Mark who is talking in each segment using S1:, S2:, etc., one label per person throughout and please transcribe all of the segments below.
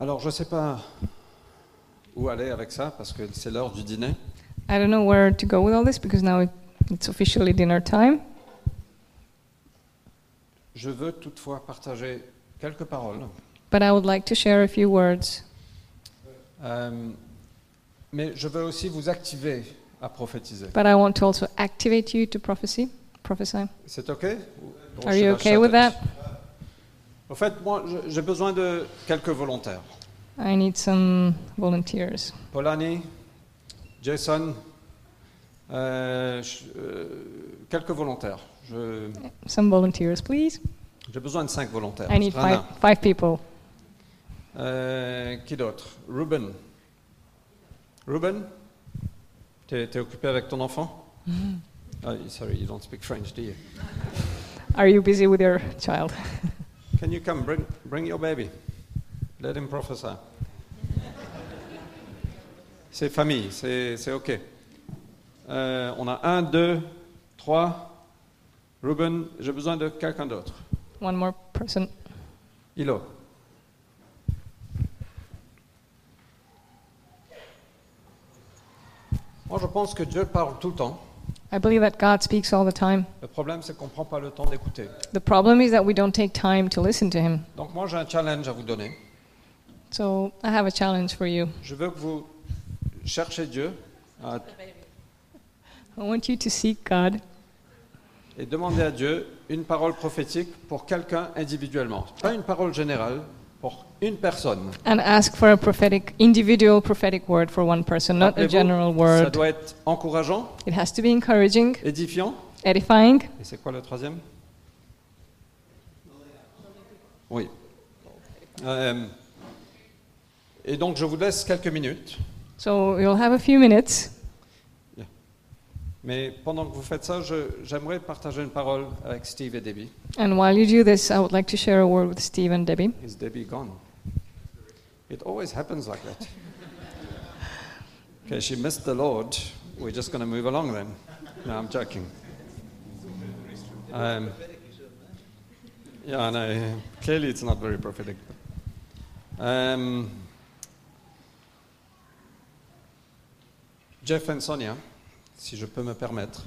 S1: Alors, je ne sais pas où aller avec ça, parce que c'est l'heure du dîner.
S2: I don't know where to go with all this because now it, it's officially dinner time.
S1: Je veux toutefois partager quelques paroles,
S2: But I would like to share a few words.
S1: euh, mais je veux aussi vous activer à prophétiser.
S2: But I want to also activate you to prophecy. Prophesy.
S1: C'est OK Ou-
S2: Are you okay with that?
S1: Au fait, moi, je- j'ai besoin de quelques volontaires.
S2: I need some volunteers.
S1: Polani, Jason, euh, je- euh, quelques volontaires. Je-
S2: Some volunteers, please.
S1: J'ai besoin de cinq volontaires.
S2: I need five,
S1: Rana.
S2: five people.
S1: Euh, qui d'autre Ruben. Ruben T'es t'es occupé avec ton enfant Ah, Sorry, you don't speak French, do you
S2: Are you busy with your child?
S1: Can you come? Bring, bring your baby. Let him prophesy. c'est famille, c'est c'est OK. Euh, on a un, deux, trois. Ruben, j'ai besoin de quelqu'un d'autre.
S2: One more person.
S1: Ilo. Moi, je pense que Dieu parle tout le temps.
S2: I believe that God speaks all the time.
S1: Le problème, c'est qu'on ne prend pas le temps d'écouter.
S2: The problem is that we don't take time to listen to Him.
S1: Donc, moi, j'ai un challenge à vous donner.
S2: So I have a challenge for you.
S1: Je veux que vous cherchiez Dieu à-
S2: I want you to seek God
S1: et demandez à Dieu une parole prophétique pour quelqu'un individuellement. Pas une parole générale, pour une personne.
S2: and ask for a prophetic, individual prophetic word for one person, not a
S1: Rappelez-vous,
S2: general
S1: Ça
S2: word.
S1: doit être encourageant,
S2: It has to be encouraging,
S1: édifiant.
S2: edifying.
S1: Et c'est quoi le troisième Oui. Euh, et donc je vous laisse quelques minutes,
S2: So you'll have a few minutes.
S1: mais pendant que vous faites ça, je- j'aimerais partager une parole avec Steve et Debbie.
S2: And while you do this, I would like to share a word with Steve and Debbie.
S1: Is Debbie gone? It always happens like that. Okay, she missed the Lord. We're just going to move along then. No, I'm joking. Um, yeah, I know. Clearly, it's not very prophetic. Um, Jeff and Sonia, si je peux me permettre,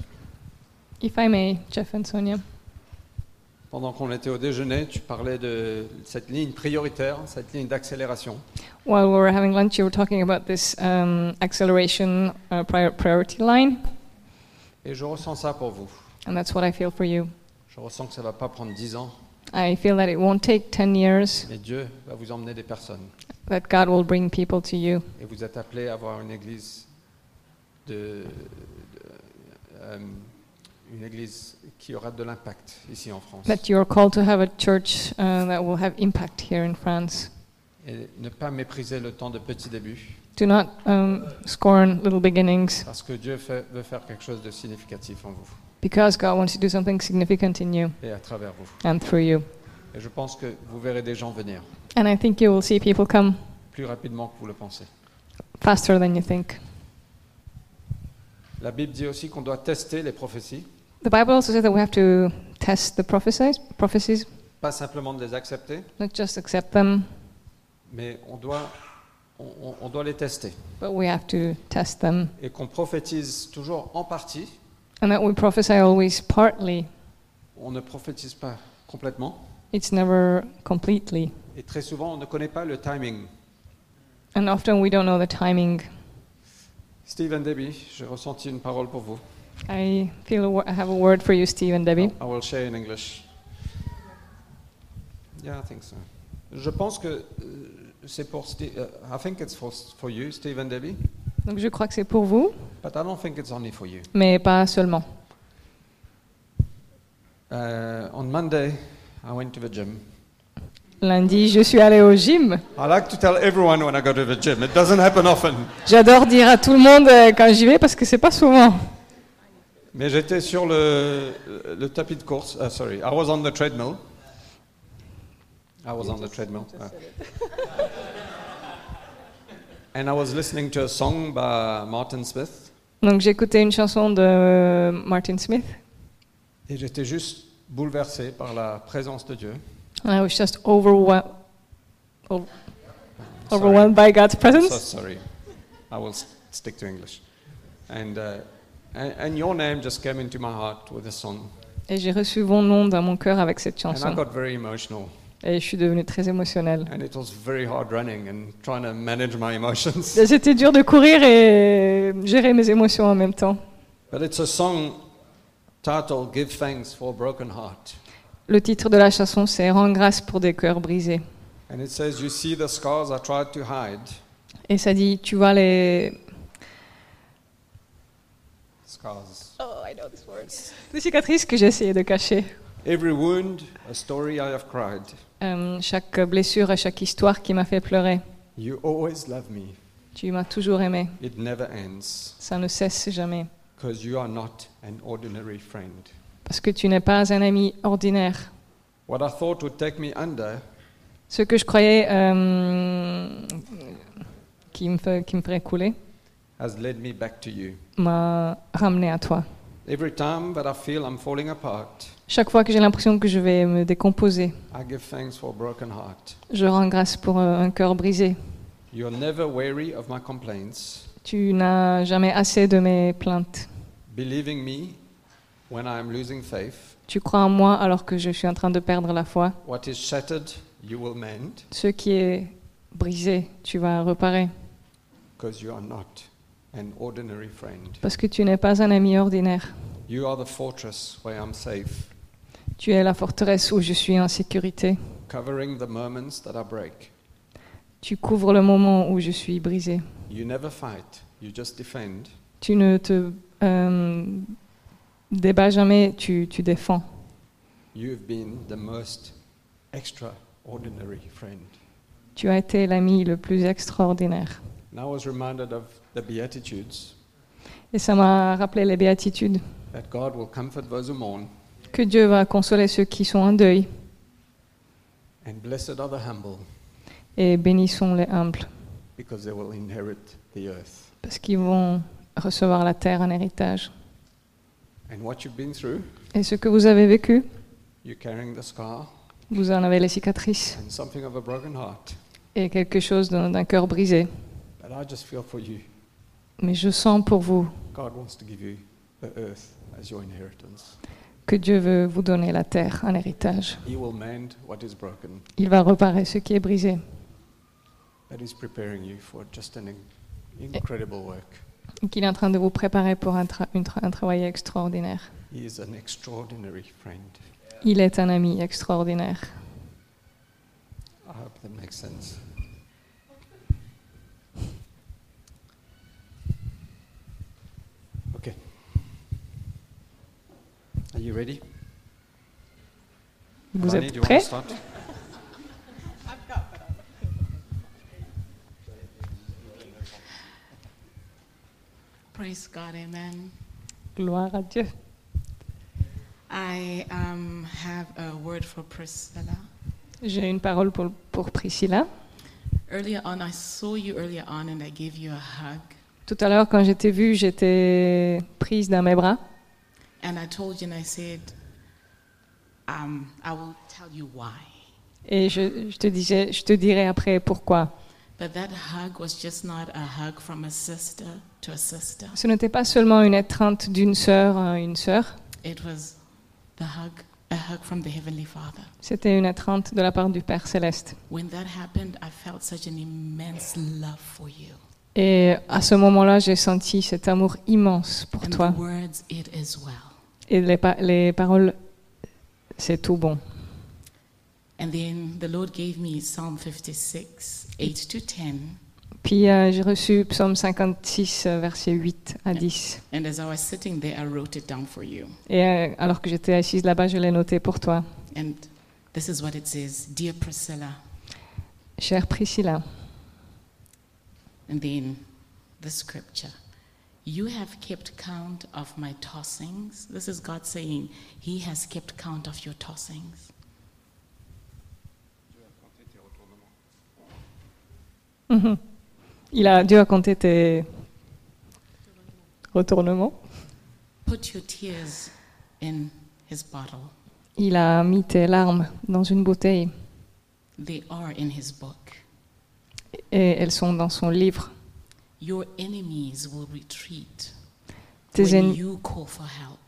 S2: If I may, Jeff and Sonia.
S1: pendant qu'on était au déjeuner, tu parlais de cette ligne prioritaire, cette ligne d'accélération.
S2: While we were having lunch, you were talking about this um, acceleration uh, prior- priority line,
S1: Et je ressens ça pour vous.
S2: and that's what I feel for you.
S1: Je ressens que ça ne va pas prendre 10 ans,
S2: I feel that it won't take 10 years,
S1: mais Dieu va vous emmener des personnes.
S2: that God will bring people to you.
S1: Et vous êtes appelés à avoir une église, de, de- euh, une église qui aura de l'impact ici en France.
S2: That you're called to have a church uh, that will have impact here in France.
S1: Et ne pas mépriser le temps de petits débuts,
S2: Do not um, scorn little beginnings
S1: parce que Dieu fait- veut faire quelque chose de significatif en vous
S2: because God wants to do something significant in you
S1: et à travers vous.
S2: and through you.
S1: Et je pense que vous verrez des gens venir
S2: And I think you will see people come
S1: plus rapidement que vous le pensez.
S2: faster than you think.
S1: La Bible dit aussi qu'on doit tester les prophéties,
S2: The Bible also says that we have to test the prophecies, prophecies
S1: pas simplement de les accepter,
S2: not just accept them,
S1: mais on doit, on- on- on doit les tester.
S2: but we have to test them.
S1: et qu'on prophétise toujours en partie,
S2: And that we prophesy always partly,
S1: on ne prophétise pas complètement,
S2: it's never completely.
S1: et très souvent on ne connaît pas le timing.
S2: And often we don't know the timing.
S1: Steve and Debbie, j'ai ressenti une parole pour vous.
S2: I feel a wo- I have a word for you, Steve and Debbie.
S1: I will share in English. Yeah, I think so. Je pense que euh, c'est pour Steve. I think it's for, for you, Steve and Debbie,
S2: Donc je crois que c'est pour vous,
S1: but I don't think it's only for you.
S2: mais pas seulement.
S1: Uh, on Monday, I went to the gym.
S2: Lundi, je suis allée au gym.
S1: I like to tell everyone when I go to the gym. It doesn't happen often.
S2: J'adore dire à tout le monde euh, quand j'y vais parce que c'est pas souvent.
S1: Mais j'étais sur le, le tapis de course. Ah, sorry, I was on the treadmill. I was on the treadmill. Ah. And I was listening to a song by Martin Smith.
S2: Donc j'écoutais une chanson de euh, Martin Smith.
S1: Et j'étais juste bouleversé par la présence de Dieu.
S2: And I was just overwhelmed. oh, Overwhelmed by God's
S1: I'm so
S2: presence?
S1: sorry. I will s- stick to English. And, uh, and, and your name just came into my heart with a song.
S2: Et j'ai reçu Bon nom dans mon cœur avec cette
S1: And I
S2: chanson.
S1: got very emotional.
S2: Et je suis devenue très émotionnelle.
S1: And it was very hard running and trying to manage my emotions.
S2: Et C'était dur de courir et gérer mes émotions en même temps.
S1: But it's a song titled Give Thanks for a Broken Heart.
S2: Le titre de la chanson, c'est Rends grâce pour des cœurs brisés.
S1: And it says, You see the scars I tried to hide.
S2: Et ça dit, tu vois les...
S1: Scars.
S2: les cicatrices que j'ai essayé de cacher.
S1: Every wound, a story I have cried.
S2: Euh, chaque blessure, et chaque histoire qui m'a fait pleurer.
S1: You always love me.
S2: Tu m'as toujours aimé.
S1: It never ends.
S2: Ça ne cesse jamais.
S1: Because you are not an ordinary friend.
S2: Parce que tu n'es pas un ami ordinaire.
S1: What I thought would take me under
S2: Ce que je croyais euh, qui, me fait- qui me ferait couler
S1: has led me back to you.
S2: m'a ramené à toi.
S1: Every time that I feel I'm falling apart,
S2: Chaque fois que j'ai l'impression que je vais me décomposer,
S1: I give thanks for a broken heart.
S2: je rends grâce pour euh, un cœur brisé.
S1: You're never weary of my complaints,
S2: Tu n'as jamais assez de mes plaintes.
S1: believing me when I am losing faith.
S2: Tu crois en moi alors que je suis en train de perdre la foi.
S1: What is shattered, you will mend,
S2: Ce qui est brisé, tu vas réparer.
S1: because you are not an ordinary friend.
S2: Parce que tu n'es pas un ami ordinaire.
S1: You are the fortress where I'm safe,
S2: Tu es la forteresse où je suis en sécurité.
S1: covering the moments that I break.
S2: Tu couvres le moment où je suis brisé.
S1: You never fight, you just defend.
S2: Tu ne te euh, débats jamais, tu, tu défends.
S1: You've been the most extraordinary friend.
S2: Tu as été l'ami le plus extraordinaire.
S1: And I was reminded of the Beatitudes
S2: Et ça m'a rappelé les béatitudes.
S1: that God will comfort those who mourn,
S2: Que Dieu va consoler ceux qui sont en deuil
S1: and blessed are the humble,
S2: et bénissons les humbles.
S1: because they will inherit the earth.
S2: Parce qu'ils vont recevoir la terre en héritage.
S1: And what you've been through,
S2: Et ce que vous avez vécu,
S1: you're carrying the scar
S2: vous en avez les cicatrices
S1: and something of a broken heart.
S2: et quelque chose d'un d'un cœur brisé.
S1: But I just feel for you.
S2: Mais je sens pour vous
S1: God wants to give you the earth as your inheritance.
S2: que Dieu veut vous donner la terre en héritage.
S1: He will mend what is broken,
S2: Il va réparer ce qui est brisé.
S1: but He's preparing you for just an in- incredible work.
S2: et qu'il est en train de vous préparer pour un, tra- une tra- un travail extraordinaire.
S1: He is an extraordinary friend.
S2: Il est un ami extraordinaire.
S1: I hope that makes sense. Okay. Are you ready?
S2: Vous
S1: Ronnie,
S2: êtes
S1: do you want to
S2: prêts
S1: start?
S3: Praise God, amen.
S2: Gloire à Dieu.
S3: I um, have a word for Priscilla.
S2: J'ai une parole pour, pour Priscilla.
S3: Earlier on, I saw you earlier on and I gave you a hug.
S2: Tout à l'heure, quand j'étais vue, j'étais prise dans mes bras
S3: And I told you and I said, um, I will tell you why.
S2: et je, je te disais, je te dirai après pourquoi.
S3: But that hug was just not a hug from a sister to a sister,
S2: Ce n'était pas seulement une étreinte d'une sœur à une sœur,
S3: it was the hug, a hug from the Heavenly Father.
S2: c'était une étreinte de la part du Père Céleste.
S3: When that happened, I felt such an immense love for you.
S2: Et à ce moment-là, j'ai senti cet amour immense pour
S3: And
S2: toi.
S3: the words, it is well.
S2: Et les, pa- les paroles, c'est tout bon.
S3: And then the Lord gave me Psalm 56, 8 to 10.
S2: Puis euh, j'ai reçu Psaume 56, euh, versets 8 à 10.
S3: And as I was sitting there, I wrote it down for you.
S2: Et euh, alors que j'étais assise là-bas, je l'ai noté pour toi.
S3: And this is what it says Dear Priscilla.
S2: Chère Priscilla,
S3: And then the scripture You have kept count of my tossings. This is God saying, He has kept count of your tossings.
S2: il a, Dieu a compté tes retournements.
S3: Put your tears in His bottle,
S2: Il a mis tes larmes dans une bouteille.
S3: they are in His book.
S2: et elles sont dans son livre.
S3: Your enemies will retreat
S2: Tes,
S3: when
S2: en-
S3: you call for help.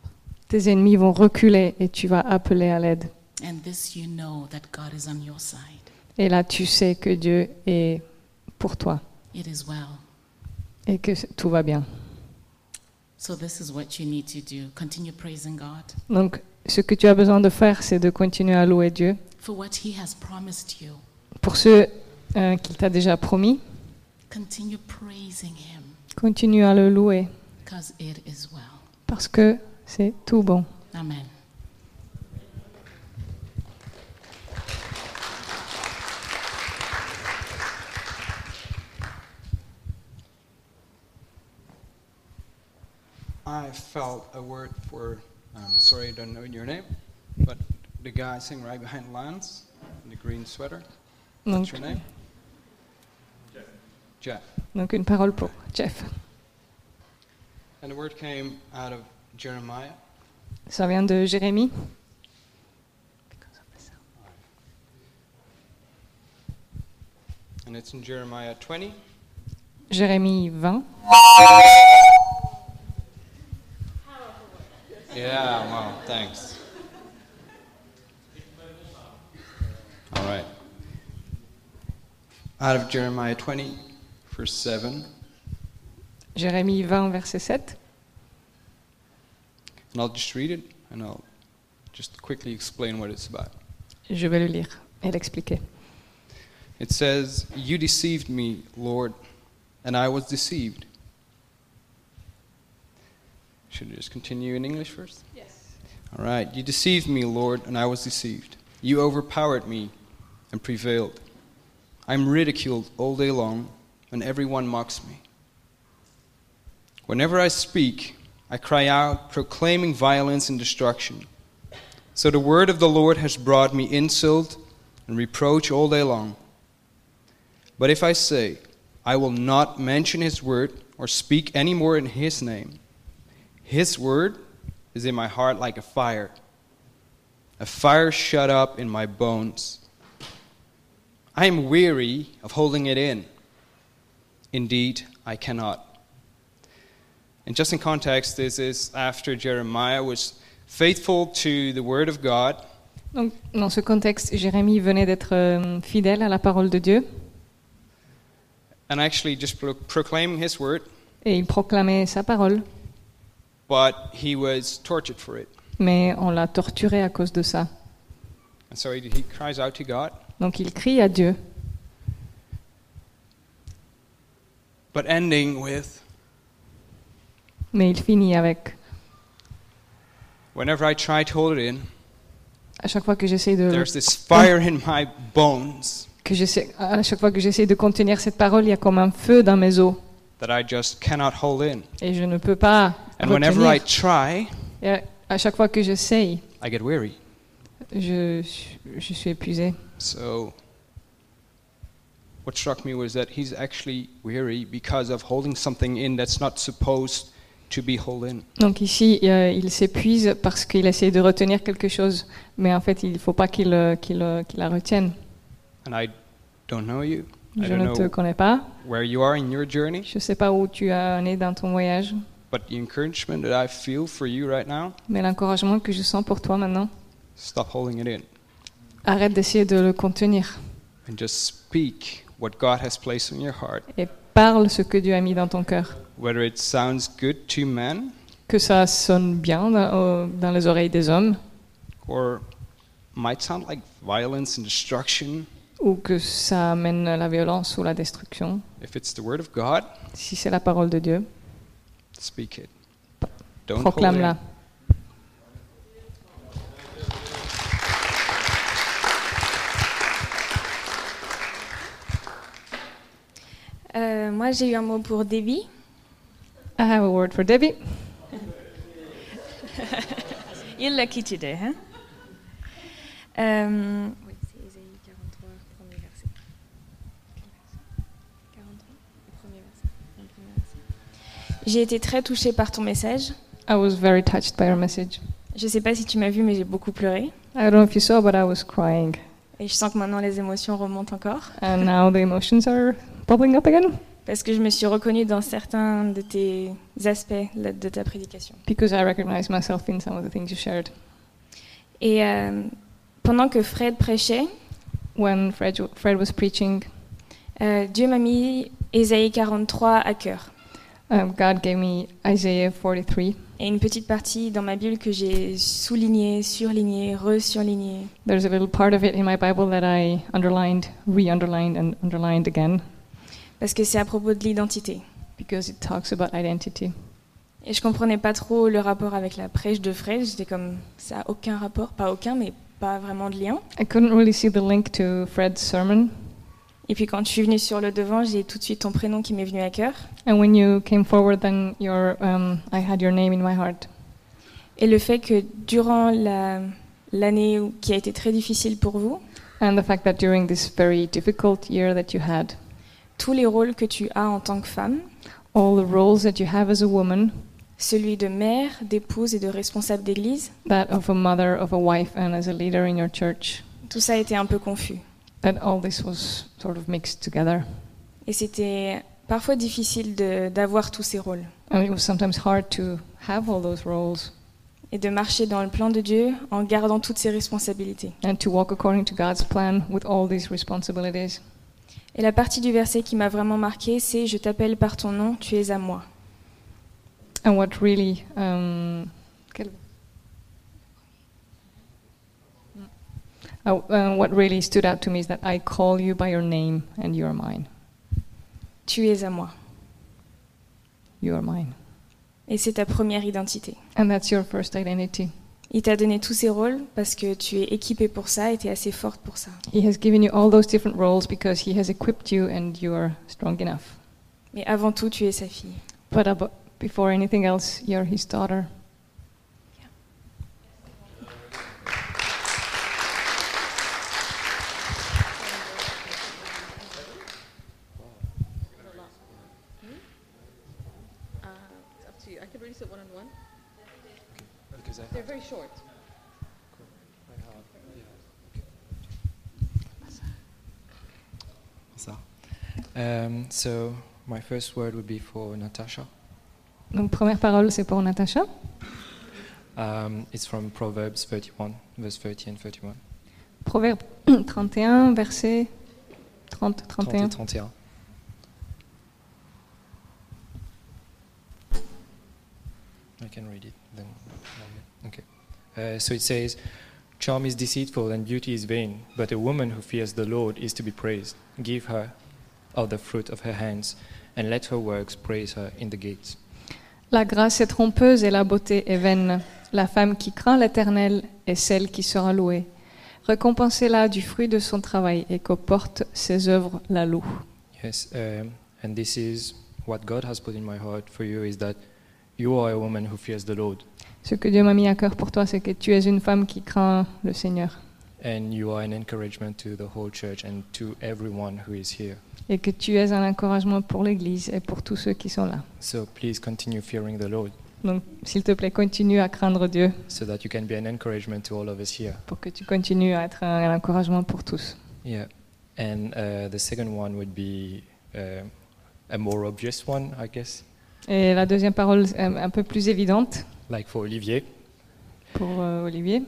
S2: tes ennemis vont reculer et tu vas appeler à l'aide.
S3: And this you know that God is on your side.
S2: Et là, tu sais que Dieu est pour toi
S3: It is well.
S2: et que tout va bien.
S3: So, this is what you need to do. Continue praising God
S2: Donc, ce que tu as besoin de faire, c'est de continuer à louer Dieu
S3: for what He has promised you.
S2: pour ce euh, qu'il t'a déjà promis.
S3: Continue praising Him
S2: Continue à le louer
S3: because it is well.
S2: parce que c'est tout bon.
S3: Amen.
S4: I felt a word for, um, sorry, I don't know your name, but the guy sitting right behind Lance in the green sweater. What's
S2: Donc,
S4: your name? Jeff. Jeff.
S2: donc une parole pour Jeff.
S4: And the word came out of Jeremiah.
S2: Ça vient de Jérémie.
S4: And it's in Jeremiah 20,
S2: Jérémie 20.
S4: Yeah, well, thanks. All right. Out of Jeremiah 20, verse 7.
S2: Jérémie 20, verset 7.
S4: And I'll just read it and I'll just quickly explain what it's about.
S2: Je vais le lire et l'expliquer.
S4: It says, You deceived me, Lord, and I was deceived. Should I just continue in English first? All right. You deceived me, Lord, and I was deceived. You overpowered me and prevailed. I'm ridiculed all day long, and everyone mocks me. Whenever I speak, I cry out, proclaiming violence and destruction. So the word of the Lord has brought me insult and reproach all day long. But if I say, I will not mention his word or speak any more in his name, his word is in my heart like a fire, a fire shut up in my bones. I am weary of holding it in. Indeed, I cannot. And just in context, this is after Jeremiah was faithful to the word of God,
S2: Donc, dans ce contexte, Jérémie venait d'être euh, fidèle à la parole de Dieu
S4: and actually just pro- proclaiming his word,
S2: et il proclamait sa parole,
S4: but he was tortured for it.
S2: mais on l'a torturé à cause de ça.
S4: And so he, he cries out to God,
S2: Donc il crie à Dieu,
S4: but ending with,
S2: mais il finit avec
S4: Whenever I try to hold it in,
S2: à chaque fois que j'essaie de
S4: there's this fire in my bones
S2: que j'essaie- à chaque fois que j'essaie de contenir cette parole, il y a comme un feu dans mes os
S4: that I just cannot hold in.
S2: et je ne peux pas
S4: And whenever I
S2: retenir.
S4: try,
S2: Et à- à chaque fois que j'essaie,
S4: I get weary.
S2: je, je suis épuisée.
S4: So, what struck me was that he's actually weary because of holding something in that's not supposed to be held in.
S2: Donc ici, euh, il s'épuise parce qu'il essaie de retenir quelque chose, mais en fait, il ne faut pas qu'il euh, qu'il, euh, qu'il la retienne.
S4: And I don't know you. I
S2: Je
S4: don't
S2: ne te
S4: know
S2: connais pas,
S4: where you are in your journey,
S2: je ne sais pas où tu en es dans ton voyage,
S4: but the encouragement that I feel for you right now,
S2: mais l'encouragement que je sens pour toi maintenant,
S4: stop holding it in
S2: arrête d'essayer de le contenir
S4: and just speak what God has placed in your heart,
S2: et parle ce que Dieu a mis dans ton cœur.
S4: whether it sounds good to man
S2: Que ça sonne bien dans, euh, dans les oreilles des hommes
S4: or might sound like violence and destruction.
S2: ou que ça amène à la violence ou la destruction.
S4: If it's the word of God,
S2: Si c'est la parole de Dieu,
S4: speak it.
S2: Pa-
S4: Don't hold it
S2: proclame-la.
S4: in.
S5: Euh, moi, j'ai eu un mot pour Debbie.
S2: I have a word for Debbie.
S5: You're lucky today, hein? Euh, oui, c'est Ésaïe 43, premier verset. Quel verset 43, le premier verset, le premier verset. J'ai été très touchée par ton message.
S2: I was very touched by your message.
S5: Je ne sais pas si tu m'as vu, mais j'ai beaucoup pleuré.
S2: I don't know if you saw, but I was crying.
S5: Et je sens que maintenant les émotions remontent encore.
S2: And now the emotions are Bubbling up again?
S5: parce que je me suis reconnue dans certains de tes aspects là, de ta prédication.
S2: Because I recognize myself in some of the things you shared.
S5: Et euh, pendant que Fred prêchait,
S2: When Fred, Fred was preaching,
S5: euh, Dieu m'a mis Ésaïe 43 à cœur.
S2: um, God gave me Isaiah 43.
S5: Et une petite partie dans ma Bible que j'ai soulignée, surlignée, re-surlignée.
S2: There's a little part of it in my Bible that I underlined, re underlined, and underlined again
S5: Parce que c'est à propos de l'identité.
S2: because it talks about identity.
S5: Et je comprenais pas trop le rapport avec la prêche de Fred. J'étais comme, ça a aucun rapport, pas aucun, mais pas vraiment de lien.
S2: I couldn't really see the link to Fred's sermon.
S5: Et puis quand je suis venue sur le devant, j'ai tout de suite ton prénom qui m'est venu à cœur.
S2: And when you came forward, then your, um, I had your name in my heart.
S5: Et le fait que durant la- l'année où- qui a été très difficile pour vous,
S2: And the fact that during this very difficult year that you had,
S5: tous les rôles que tu as en tant que femme,
S2: all the roles that you have as a woman
S5: celui de mère, d'épouse et de responsable d'église,
S2: that of a mother, of a wife, and as a leader in your church,
S5: tout ça était un peu confus.
S2: that all this was sort of mixed together.
S5: Et c'était parfois difficile de- d'avoir tous ces rôles
S2: And it was sometimes hard to have all those roles
S5: et de marcher dans le plan de Dieu en gardant toutes ces responsabilités.
S2: and to walk according to God's plan with all these responsibilities.
S5: Et la partie du verset qui m'a vraiment marqué, c'est Je t'appelle par ton nom, tu es à moi.
S2: And what really. Um, quel- Oh, uh, what really stood out to me is that I call you by your name and you are mine.
S5: Tu es à moi.
S2: You are mine.
S5: Et c'est ta première identité.
S2: And that's your first identity.
S5: Il t'a donné tous ces rôles parce que tu es équipée pour ça et tu es assez forte pour ça.
S2: He has given you all those different roles because He has equipped you and you are strong enough.
S5: Mais avant tout, tu es sa fille.
S2: But abo- before anything else, you're His daughter.
S6: Uh, it's up to you. I can release it one on one. They're very short.
S7: Ça. Um, so my first word would be for Natasha.
S2: Donc, première parole, c'est pour Natacha.
S7: Um, it's from Proverbs 31, verse 30 and 31.
S2: Proverbe 31, verset 30,
S7: 30
S2: 31.
S7: et 31. I can read it then. Okay. Uh, so it says, Charm is deceitful and beauty is vain, but a woman who fears the Lord is to be praised. Give her of the fruit of her hands, and let her works praise her in the gates.
S2: La grâce est trompeuse et la beauté est vaine. La femme qui craint l'Éternel est celle qui sera louée. Récompensez-la du fruit de son travail et que portent ses œuvres la loue.
S7: Yes, um, and this is what God has put in my heart for you is that you are a woman who fears the Lord,
S2: Ce que Dieu m'a mis à cœur pour toi, c'est que tu es une femme qui craint le Seigneur
S7: and you are an encouragement to the whole church and to everyone who is here.
S2: et que tu es un encouragement pour l'Église et pour tous ceux qui sont là.
S7: So please continue fearing the Lord
S2: Donc, s'il te plaît, continue à craindre Dieu
S7: so that you can be an encouragement to all of us here.
S2: pour que tu continues à être un, un encouragement pour tous.
S7: Yeah. And uh, the second one would be uh, a more obvious one, I guess,
S2: Et la deuxième parole, euh, un peu plus évidente
S7: like for Olivier.
S2: pour euh, Olivier.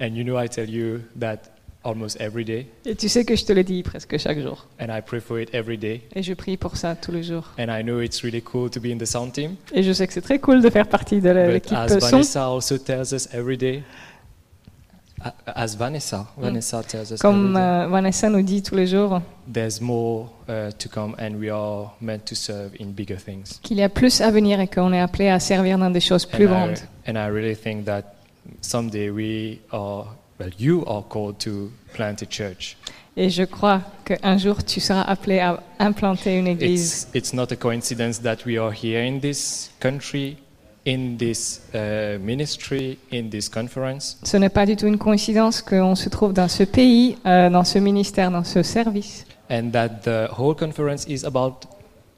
S7: And you know, I tell you that almost every day,
S2: Et tu sais que je te le dis presque chaque jour.
S7: and I pray for it every day.
S2: Et je prie pour ça tous les jours.
S7: And I know it's really cool to be in the sound team.
S2: Et je sais que c'est très cool de faire partie de la-
S7: But
S2: l'équipe
S7: as
S2: son.
S7: Vanessa also tells us every day, Mm. a- as Vanessa, Vanessa tells us
S2: Comme
S7: every day,
S2: euh, Vanessa nous dit tous les jours,
S7: there's more uh, to come, and we are meant to serve in bigger things.
S2: qu'il y a plus à venir et qu'on est appelé à servir dans des choses plus
S7: And I,
S2: grandes.
S7: and I really think that someday we are, well, you are called to plant a church.
S2: Et je crois qu'un jour, tu seras appelé à implanter une église.
S7: It's, it's not a coincidence that we are here in this country, in this uh, ministry, in this conference.
S2: Ce n'est pas du tout une coïncidence qu'on se trouve dans ce pays, euh, dans ce ministère, dans ce service.
S7: and that the whole conference is about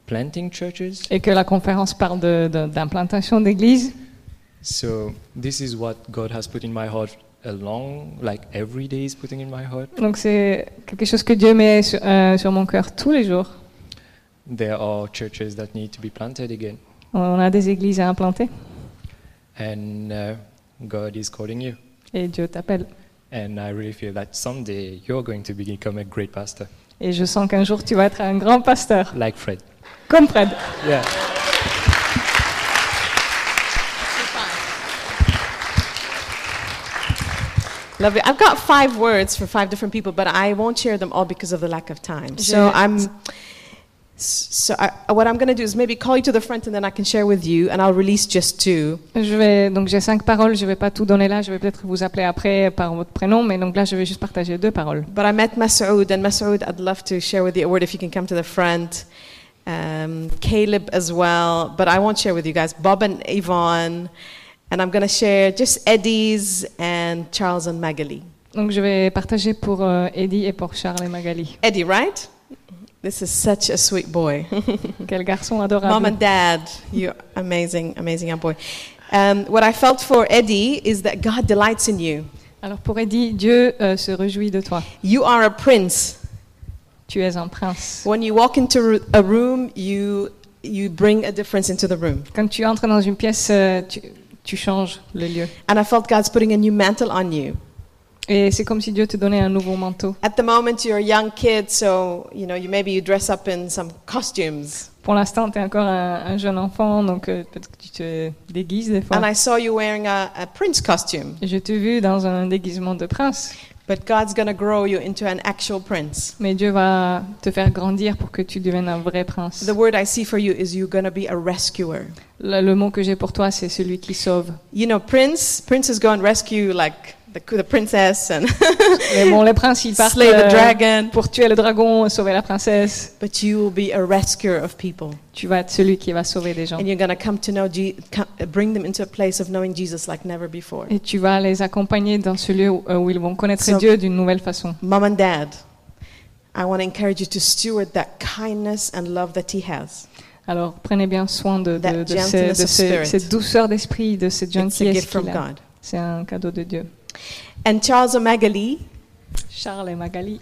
S7: planting churches.
S2: Et que la conférence parle de- de- d'implantation d'églises.
S7: So this is what God has put in my heart along, like every day is putting in my heart.
S2: Donc c'est quelque chose que Dieu met sur, euh, sur mon cœur tous les jours.
S7: there are churches that need to be planted again,
S2: On a des églises à implanter
S7: and uh, God is calling you.
S2: et Dieu t'appelle.
S7: And I really feel that someday you're going to become a great pastor,
S2: Et je sens qu'un jour tu vas être un grand pasteur,
S7: like Fred.
S2: comme Fred.
S7: Yeah.
S8: Lovely. I've got five words for five different people, but I won't share them all because of the lack of time. So
S9: Je-
S8: I'm. So I, what I'm going to do is maybe call you to the front, and then I can share with you, and I'll release just two.
S2: Je vais, donc j'ai cinq paroles, je vais pas tout donner là, je vais peut-être vous appeler après par votre prénom, mais donc là je vais juste partager deux paroles.
S8: But I met Masoud, and Masoud, I'd love to share with you a word if you can come to the front. Um, Caleb as well, but I won't share with you guys. Bob and Yvonne, and I'm going to share just Eddie's and Charles and Magali.
S2: Donc je vais partager pour euh, Eddie et pour Charles et Magali.
S8: Eddie, right? This is such a sweet boy.
S2: Quel garçon
S8: Mom
S2: adorable.
S8: and dad, you're amazing, amazing young boy. Um, what I felt for Eddie is that God delights in you.
S2: Alors pour Eddie, Dieu euh, se réjouit de toi.
S8: You are a prince.
S2: Tu es un prince.
S8: When you walk into ru- a room, you, you bring a difference into the room.
S2: Quand tu entres dans une pièce, euh, tu, tu changes le lieu.
S8: And I felt God's putting a new mantle on you.
S2: Et c'est comme si Dieu te donnait un nouveau manteau.
S8: At the moment, you're a young kid, so you know you maybe you dress up in some costumes.
S2: Pour l'instant, tu es encore un, un jeune enfant, donc euh, peut-être que tu te déguises des fois.
S8: And I saw you wearing a, a prince costume,
S2: Je t'ai vu dans un déguisement de prince,
S8: but God's gonna grow you into an actual prince.
S2: mais Dieu va te faire grandir pour que tu deviennes un vrai prince.
S8: The word I see for you is you're gonna be a rescuer.
S2: Le, le mot que j'ai pour toi, c'est celui qui sauve.
S8: You know, prince, princes go and rescue like the, the princess and
S2: Mais bon, les princes, ils partent
S8: slay the
S2: euh,
S8: dragon,
S2: pour tuer le dragon, sauver la princesse.
S8: but you will be a rescuer of people,
S2: Tu vas être celui qui va sauver des gens.
S8: and you're gonna come to know, Je- come, bring them into a place of knowing Jesus like never before.
S2: Et tu vas les accompagner dans ce lieu où, où ils vont connaître
S8: So-
S2: Dieu d'une nouvelle façon.
S8: Mom and dad, I want to encourage you to steward that kindness and love that he has.
S2: Alors prenez bien soin de,
S8: That
S2: de, de
S8: gentleness
S2: ces- de
S8: of
S2: ces-
S8: spirit.
S2: cette douceur d'esprit, de cette
S8: It's a
S2: gentillesse
S8: gift from
S2: qu'il a.
S8: God.
S2: C'est un cadeau de Dieu.
S8: And Charles and Magali,
S2: Charles et Magali,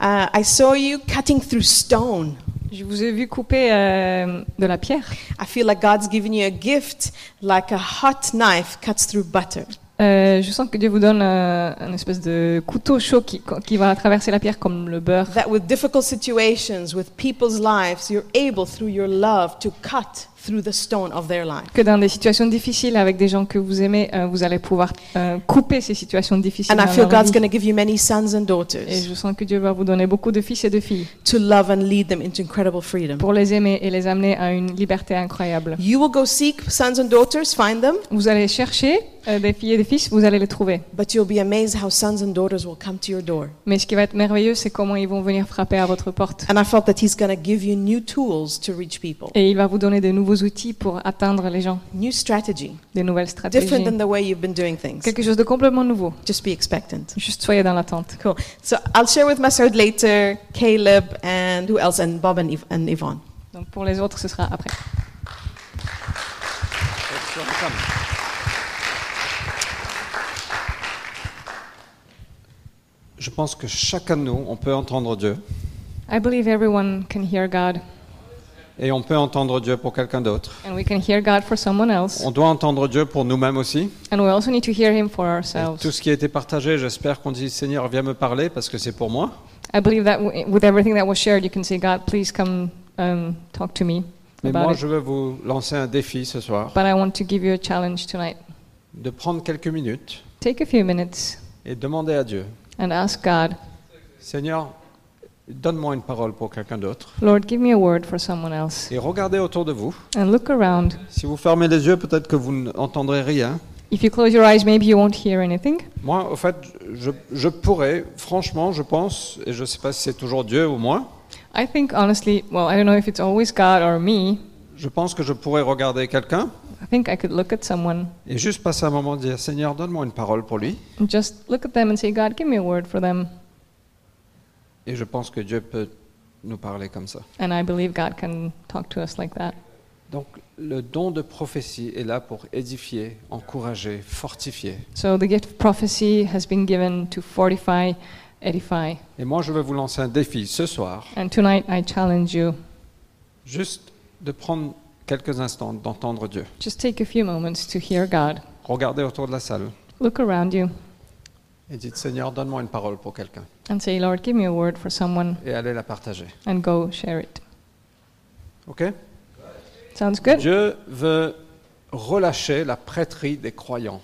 S8: uh, I saw you cutting through stone.
S2: je vous ai vu couper euh, de la pierre.
S8: I feel like God's given you a gift like a hot knife cuts through butter.
S2: Euh, je sens que Dieu vous donne euh, un espèce de couteau chaud qui, qui va traverser la pierre comme le beurre.
S8: That with difficult situations, with people's lives, you're able through your love to cut through the stone of their life.
S2: Que dans des situations difficiles avec des gens que vous aimez, euh, vous allez pouvoir euh, couper ces situations difficiles.
S8: And I
S2: dans
S8: feel
S2: leur
S8: God's
S2: vie.
S8: going to give you many sons and
S2: Et
S8: daughters
S2: je sens que Dieu va vous donner beaucoup de fils et de filles
S8: to love and lead them into incredible freedom.
S2: pour les aimer et les amener à une liberté incroyable.
S8: You will go seek sons and daughters, find them,
S2: Vous allez chercher euh, des filles et des fils, vous allez les trouver.
S8: But you'll be amazed how sons and daughters will come to your door.
S2: Mais ce qui va être merveilleux, c'est comment ils vont venir frapper à votre porte.
S8: And I felt that He's going to give you new tools to reach people,
S2: Et il va vous donner des nouveaux outils pour atteindre les gens,
S8: new strategy,
S2: des nouvelles
S8: different
S2: stratégies.
S8: than the way you've been doing things.
S2: Quelque chose de complètement nouveau.
S8: Just be expectant.
S2: Juste soyez dans l'attente.
S8: Cool. So I'll share with Masoud later, Caleb, and who else? And Bob and, Yv- and Yvonne.
S2: Donc pour les autres, ce sera après.
S4: Let's welcome. Je pense que chacun de nous, on peut entendre Dieu.
S2: I believe everyone can hear God,
S4: Et on peut entendre Dieu pour quelqu'un d'autre.
S2: and we can hear God for someone else,
S4: On doit entendre Dieu pour nous-mêmes aussi.
S2: and we also need to hear Him for
S4: Et Tout
S2: ourselves.
S4: ce qui a été partagé, j'espère qu'on dit Seigneur, viens me parler parce que c'est pour moi.
S2: I believe that w- with everything that was shared, you can say, God, please come um, talk to me
S4: Mais moi,
S2: about it.
S4: je veux vous lancer un défi ce soir
S2: But I want to give you a challenge tonight.
S4: de prendre quelques minutes
S2: Take a few minutes
S4: et demander à Dieu
S2: and ask God,
S4: Seigneur, donne-moi une parole pour quelqu'un d'autre.
S2: Lord, give me a word for someone else.
S4: Et regardez autour de vous.
S2: And look around.
S4: Si vous fermez les yeux, peut-être que vous n'entendrez rien.
S2: If you close your eyes, maybe you won't hear anything.
S4: Moi, au fait, je, je pourrais, franchement, je pense, et je ne sais pas si c'est toujours Dieu ou moi,
S2: I think, honestly, well, I don't know if it's always God or me.
S4: je pense que je pourrais regarder quelqu'un
S2: I think I could look at someone
S4: et juste passer un moment et dire Seigneur, donne-moi une parole pour lui.
S2: and just look at them and say, God, give me a word for them.
S4: Et je pense que Dieu peut nous parler comme ça.
S2: And I believe God can talk to us like that.
S4: Donc, le don de prophétie est là pour édifier, encourager, fortifier.
S2: So the gift of prophecy has been given to fortify, edify.
S4: Et moi, je vais vous lancer un défi ce soir
S2: And tonight I challenge you
S1: Juste de prendre quelques instants, d'entendre Dieu.
S2: Just take a few moments to hear God.
S1: Regardez autour de la salle
S2: Look around you
S1: et dites Seigneur, donne-moi une parole pour quelqu'un.
S2: and say, Lord, give me a word for someone,
S1: Et allez la partager.
S2: and go share it.
S1: OK
S2: Sounds good?
S1: Dieu veut relâcher la prêtrise des croyants.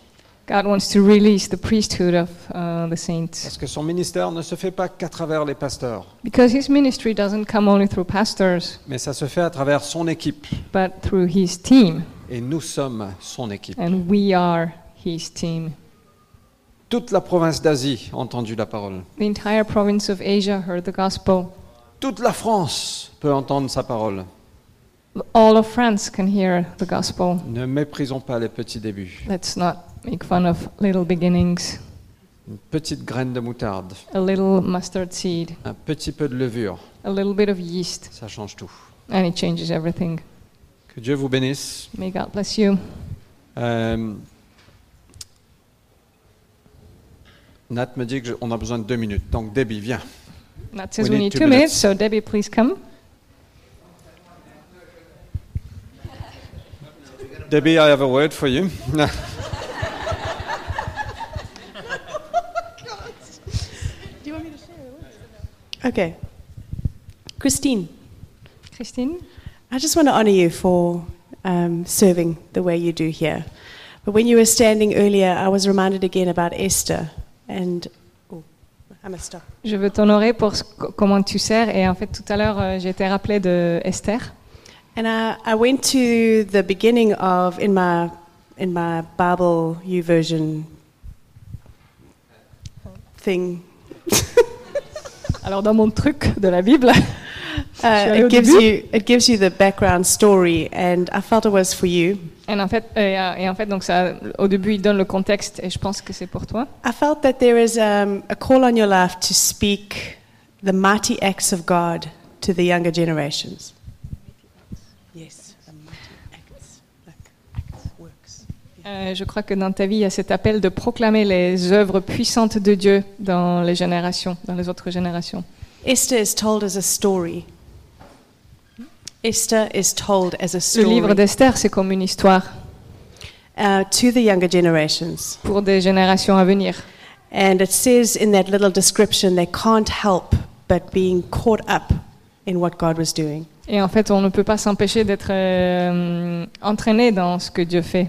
S2: God wants to release the priesthood of uh, the saints
S1: Parce que son ministère ne se fait pas qu'à travers les pasteurs,
S2: because his ministry doesn't come only through pastors,
S1: mais ça se fait à travers son équipe.
S2: but through his team,
S1: Et nous sommes son équipe.
S2: and we are his team.
S1: Toute la province d'Asie a entendu la parole.
S2: The entire province of Asia heard the gospel.
S1: Toute la France peut entendre sa parole.
S2: All of France can hear the gospel.
S1: Ne méprisons pas les petits débuts.
S2: Let's not make fun of little beginnings.
S1: Une petite graine de moutarde,
S2: A little mustard seed,
S1: un petit peu de levure,
S2: a little bit of yeast,
S1: ça change tout.
S2: and it changes everything.
S1: Que Dieu vous bénisse.
S2: May God bless you.
S1: Euh, Nat me dit qu'on a besoin de deux minutes. Donc, Debbie, viens.
S2: That says we, need, two minutes. so Debbie, please come.
S1: Debbie, I have a word for you.
S8: Okay. Christine,
S2: Christine,
S8: I just want to honour you for um, serving the way you do here. But when you were standing earlier, I was reminded again about Esther. And, oh, I must stop.
S2: je veux t'honorer pour ce- co- comment tu sers. Et en fait, tout à l'heure, euh, j'ai été rappelée de Esther.
S8: And I, I went to the beginning of, in my, in my Bible U version thing,
S2: Alors, dans mon truc de la Bible,
S8: uh,
S2: Shall I
S8: it, gives
S2: do it?
S8: you, it gives you the background story, and I felt it was for you.
S2: et en fait, et, euh, et en fait donc ça, au début, il donne le contexte et je pense que c'est pour toi.
S8: I felt that there is um, a call on your life to speak the mighty acts of God to the younger generations. Yes, the mighty acts, like acts, works.
S2: Euh, je crois que dans ta vie, il y a cet appel de proclamer les œuvres puissantes de Dieu dans les générations, dans les autres générations.
S8: Esther is told as a story. Esther is told as a
S2: Le livre
S8: story
S2: d'Esther, c'est comme une histoire
S8: uh, to the younger generations.
S2: pour des générations à venir.
S8: And it says in that little description, they can't help but being caught up in what God was doing.
S2: Et en fait, on ne peut pas s'empêcher d'être euh, entraîné dans ce que Dieu fait.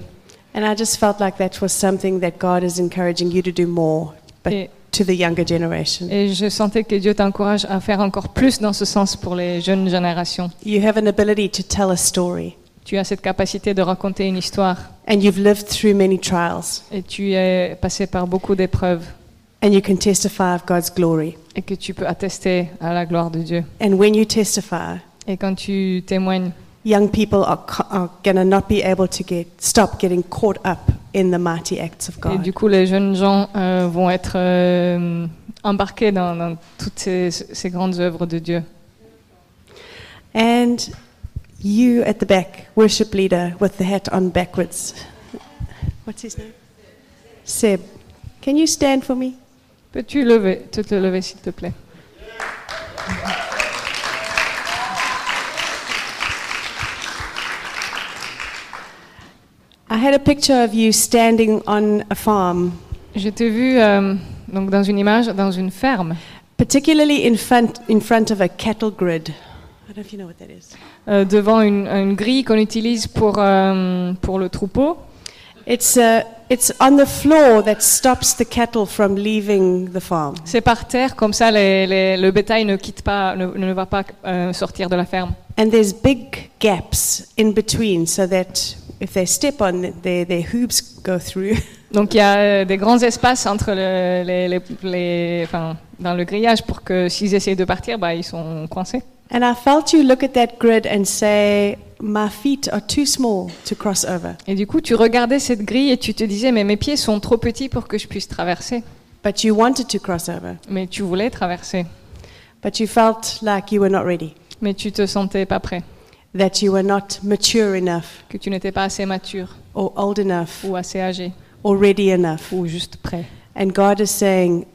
S8: And I just felt like that was something that God is encouraging you to do more, but
S2: Et,
S8: to the younger generation.
S2: et je sentais que Dieu t'encourage à faire encore plus dans ce sens pour les jeunes générations.
S8: You have an ability to tell a story,
S2: Tu as cette capacité de raconter une histoire
S8: and you've lived through many trials,
S2: et tu es passé par beaucoup d'épreuves
S8: and you can testify of God's glory.
S2: et que tu peux attester à la gloire de Dieu.
S8: And when you testify,
S2: Et quand tu témoignes,
S8: young people are, co- are going to not be able to get stop getting caught up in the mighty acts of
S2: et
S8: God.
S2: du coup les jeunes gens euh, vont être euh, embarqués dans, dans toutes ces, ces grandes œuvres de Dieu.
S8: And you at the back, worship leader with the hat on backwards. What's his name? Seb. Can you stand for me?
S2: Peux-tu lever, te, te lever s'il te plaît
S8: I had a picture of you standing on a farm,
S2: Je t'ai vu euh, donc dans une image, dans une ferme,
S8: particularly in front, in front of a cattle grid. I don't know if you know what that is.
S2: euh, devant une, une grille qu'on utilise pour, euh, pour le troupeau.
S8: It's, uh, it's on the floor that stops the cattle from leaving the farm.
S2: C'est par terre, comme ça les- les- le bétail ne quitte pas, ne, ne va pas euh, sortir de la ferme.
S8: And there's big gaps in between so that if they step on it, their, their hooves go through.
S2: Donc il y a euh, des grands espaces entre le- les, les- les- enfin, dans le grillage pour que s'ils essayent de partir, bah, ils sont coincés.
S8: and I felt you look at that grid and say, My feet are too small to cross over.
S2: Et du coup, tu regardais cette grille et tu te disais, mais mes pieds sont trop petits pour que je puisse traverser.
S8: But you wanted to cross over,
S2: Mais tu voulais traverser.
S8: but you felt like you were not ready,
S2: Mais tu te sentais pas prêt,
S8: that you were not mature enough,
S2: que tu n'étais pas assez mature
S8: or old enough,
S2: ou assez âgé
S8: or ready enough.
S2: ou juste prêt.
S8: And God is saying,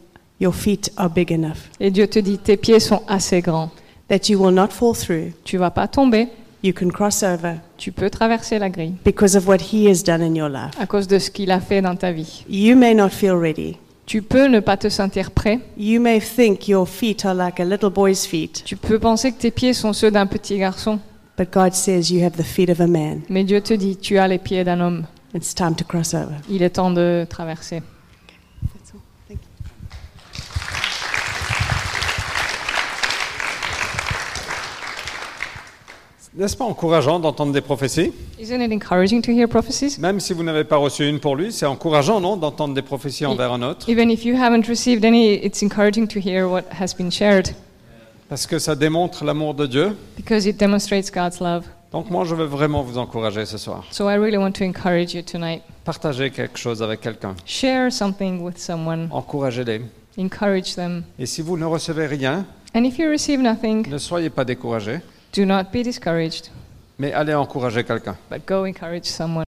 S8: Your feet are big enough,
S2: Et Dieu te dit, tes pieds sont assez grands.
S8: that you will not fall through,
S2: Tu vas pas tomber
S8: you can cross over
S2: Tu peux traverser la grille
S8: because of what He has done in your life.
S2: à cause de ce qu'il a fait dans ta vie.
S8: You may not feel ready.
S2: Tu peux ne pas te sentir prêt.
S8: You may think your feet are like a little boy's feet,
S2: Tu peux penser que tes pieds sont ceux d'un petit garçon.
S8: but God says you have the feet of a man.
S2: Mais Dieu te dit, tu as les pieds d'un homme.
S8: It's time to cross over.
S2: Il est temps de traverser.
S8: That's all. Thank you.
S4: N'est-ce pas encourageant d'entendre des prophéties
S2: Isn't it encouraging to hear prophecies?
S4: Même si vous n'avez pas reçu une pour lui, c'est encourageant, non, d'entendre des prophéties envers un autre
S2: Even if you haven't received any, it's encouraging to hear what has been shared
S4: Parce que ça démontre l'amour de Dieu.
S2: because it demonstrates God's love.
S4: Donc moi, je veux vraiment vous encourager ce soir.
S2: So I really want to encourage you tonight.
S4: Partagez quelque chose avec quelqu'un.
S2: Share something with someone,
S4: Encouragez-les.
S2: encourage them.
S4: Et si vous ne recevez rien,
S2: And if you receive nothing,
S4: ne soyez pas découragés,
S2: do not be discouraged,
S4: mais allez encourager quelqu'un.
S2: but go encourage someone.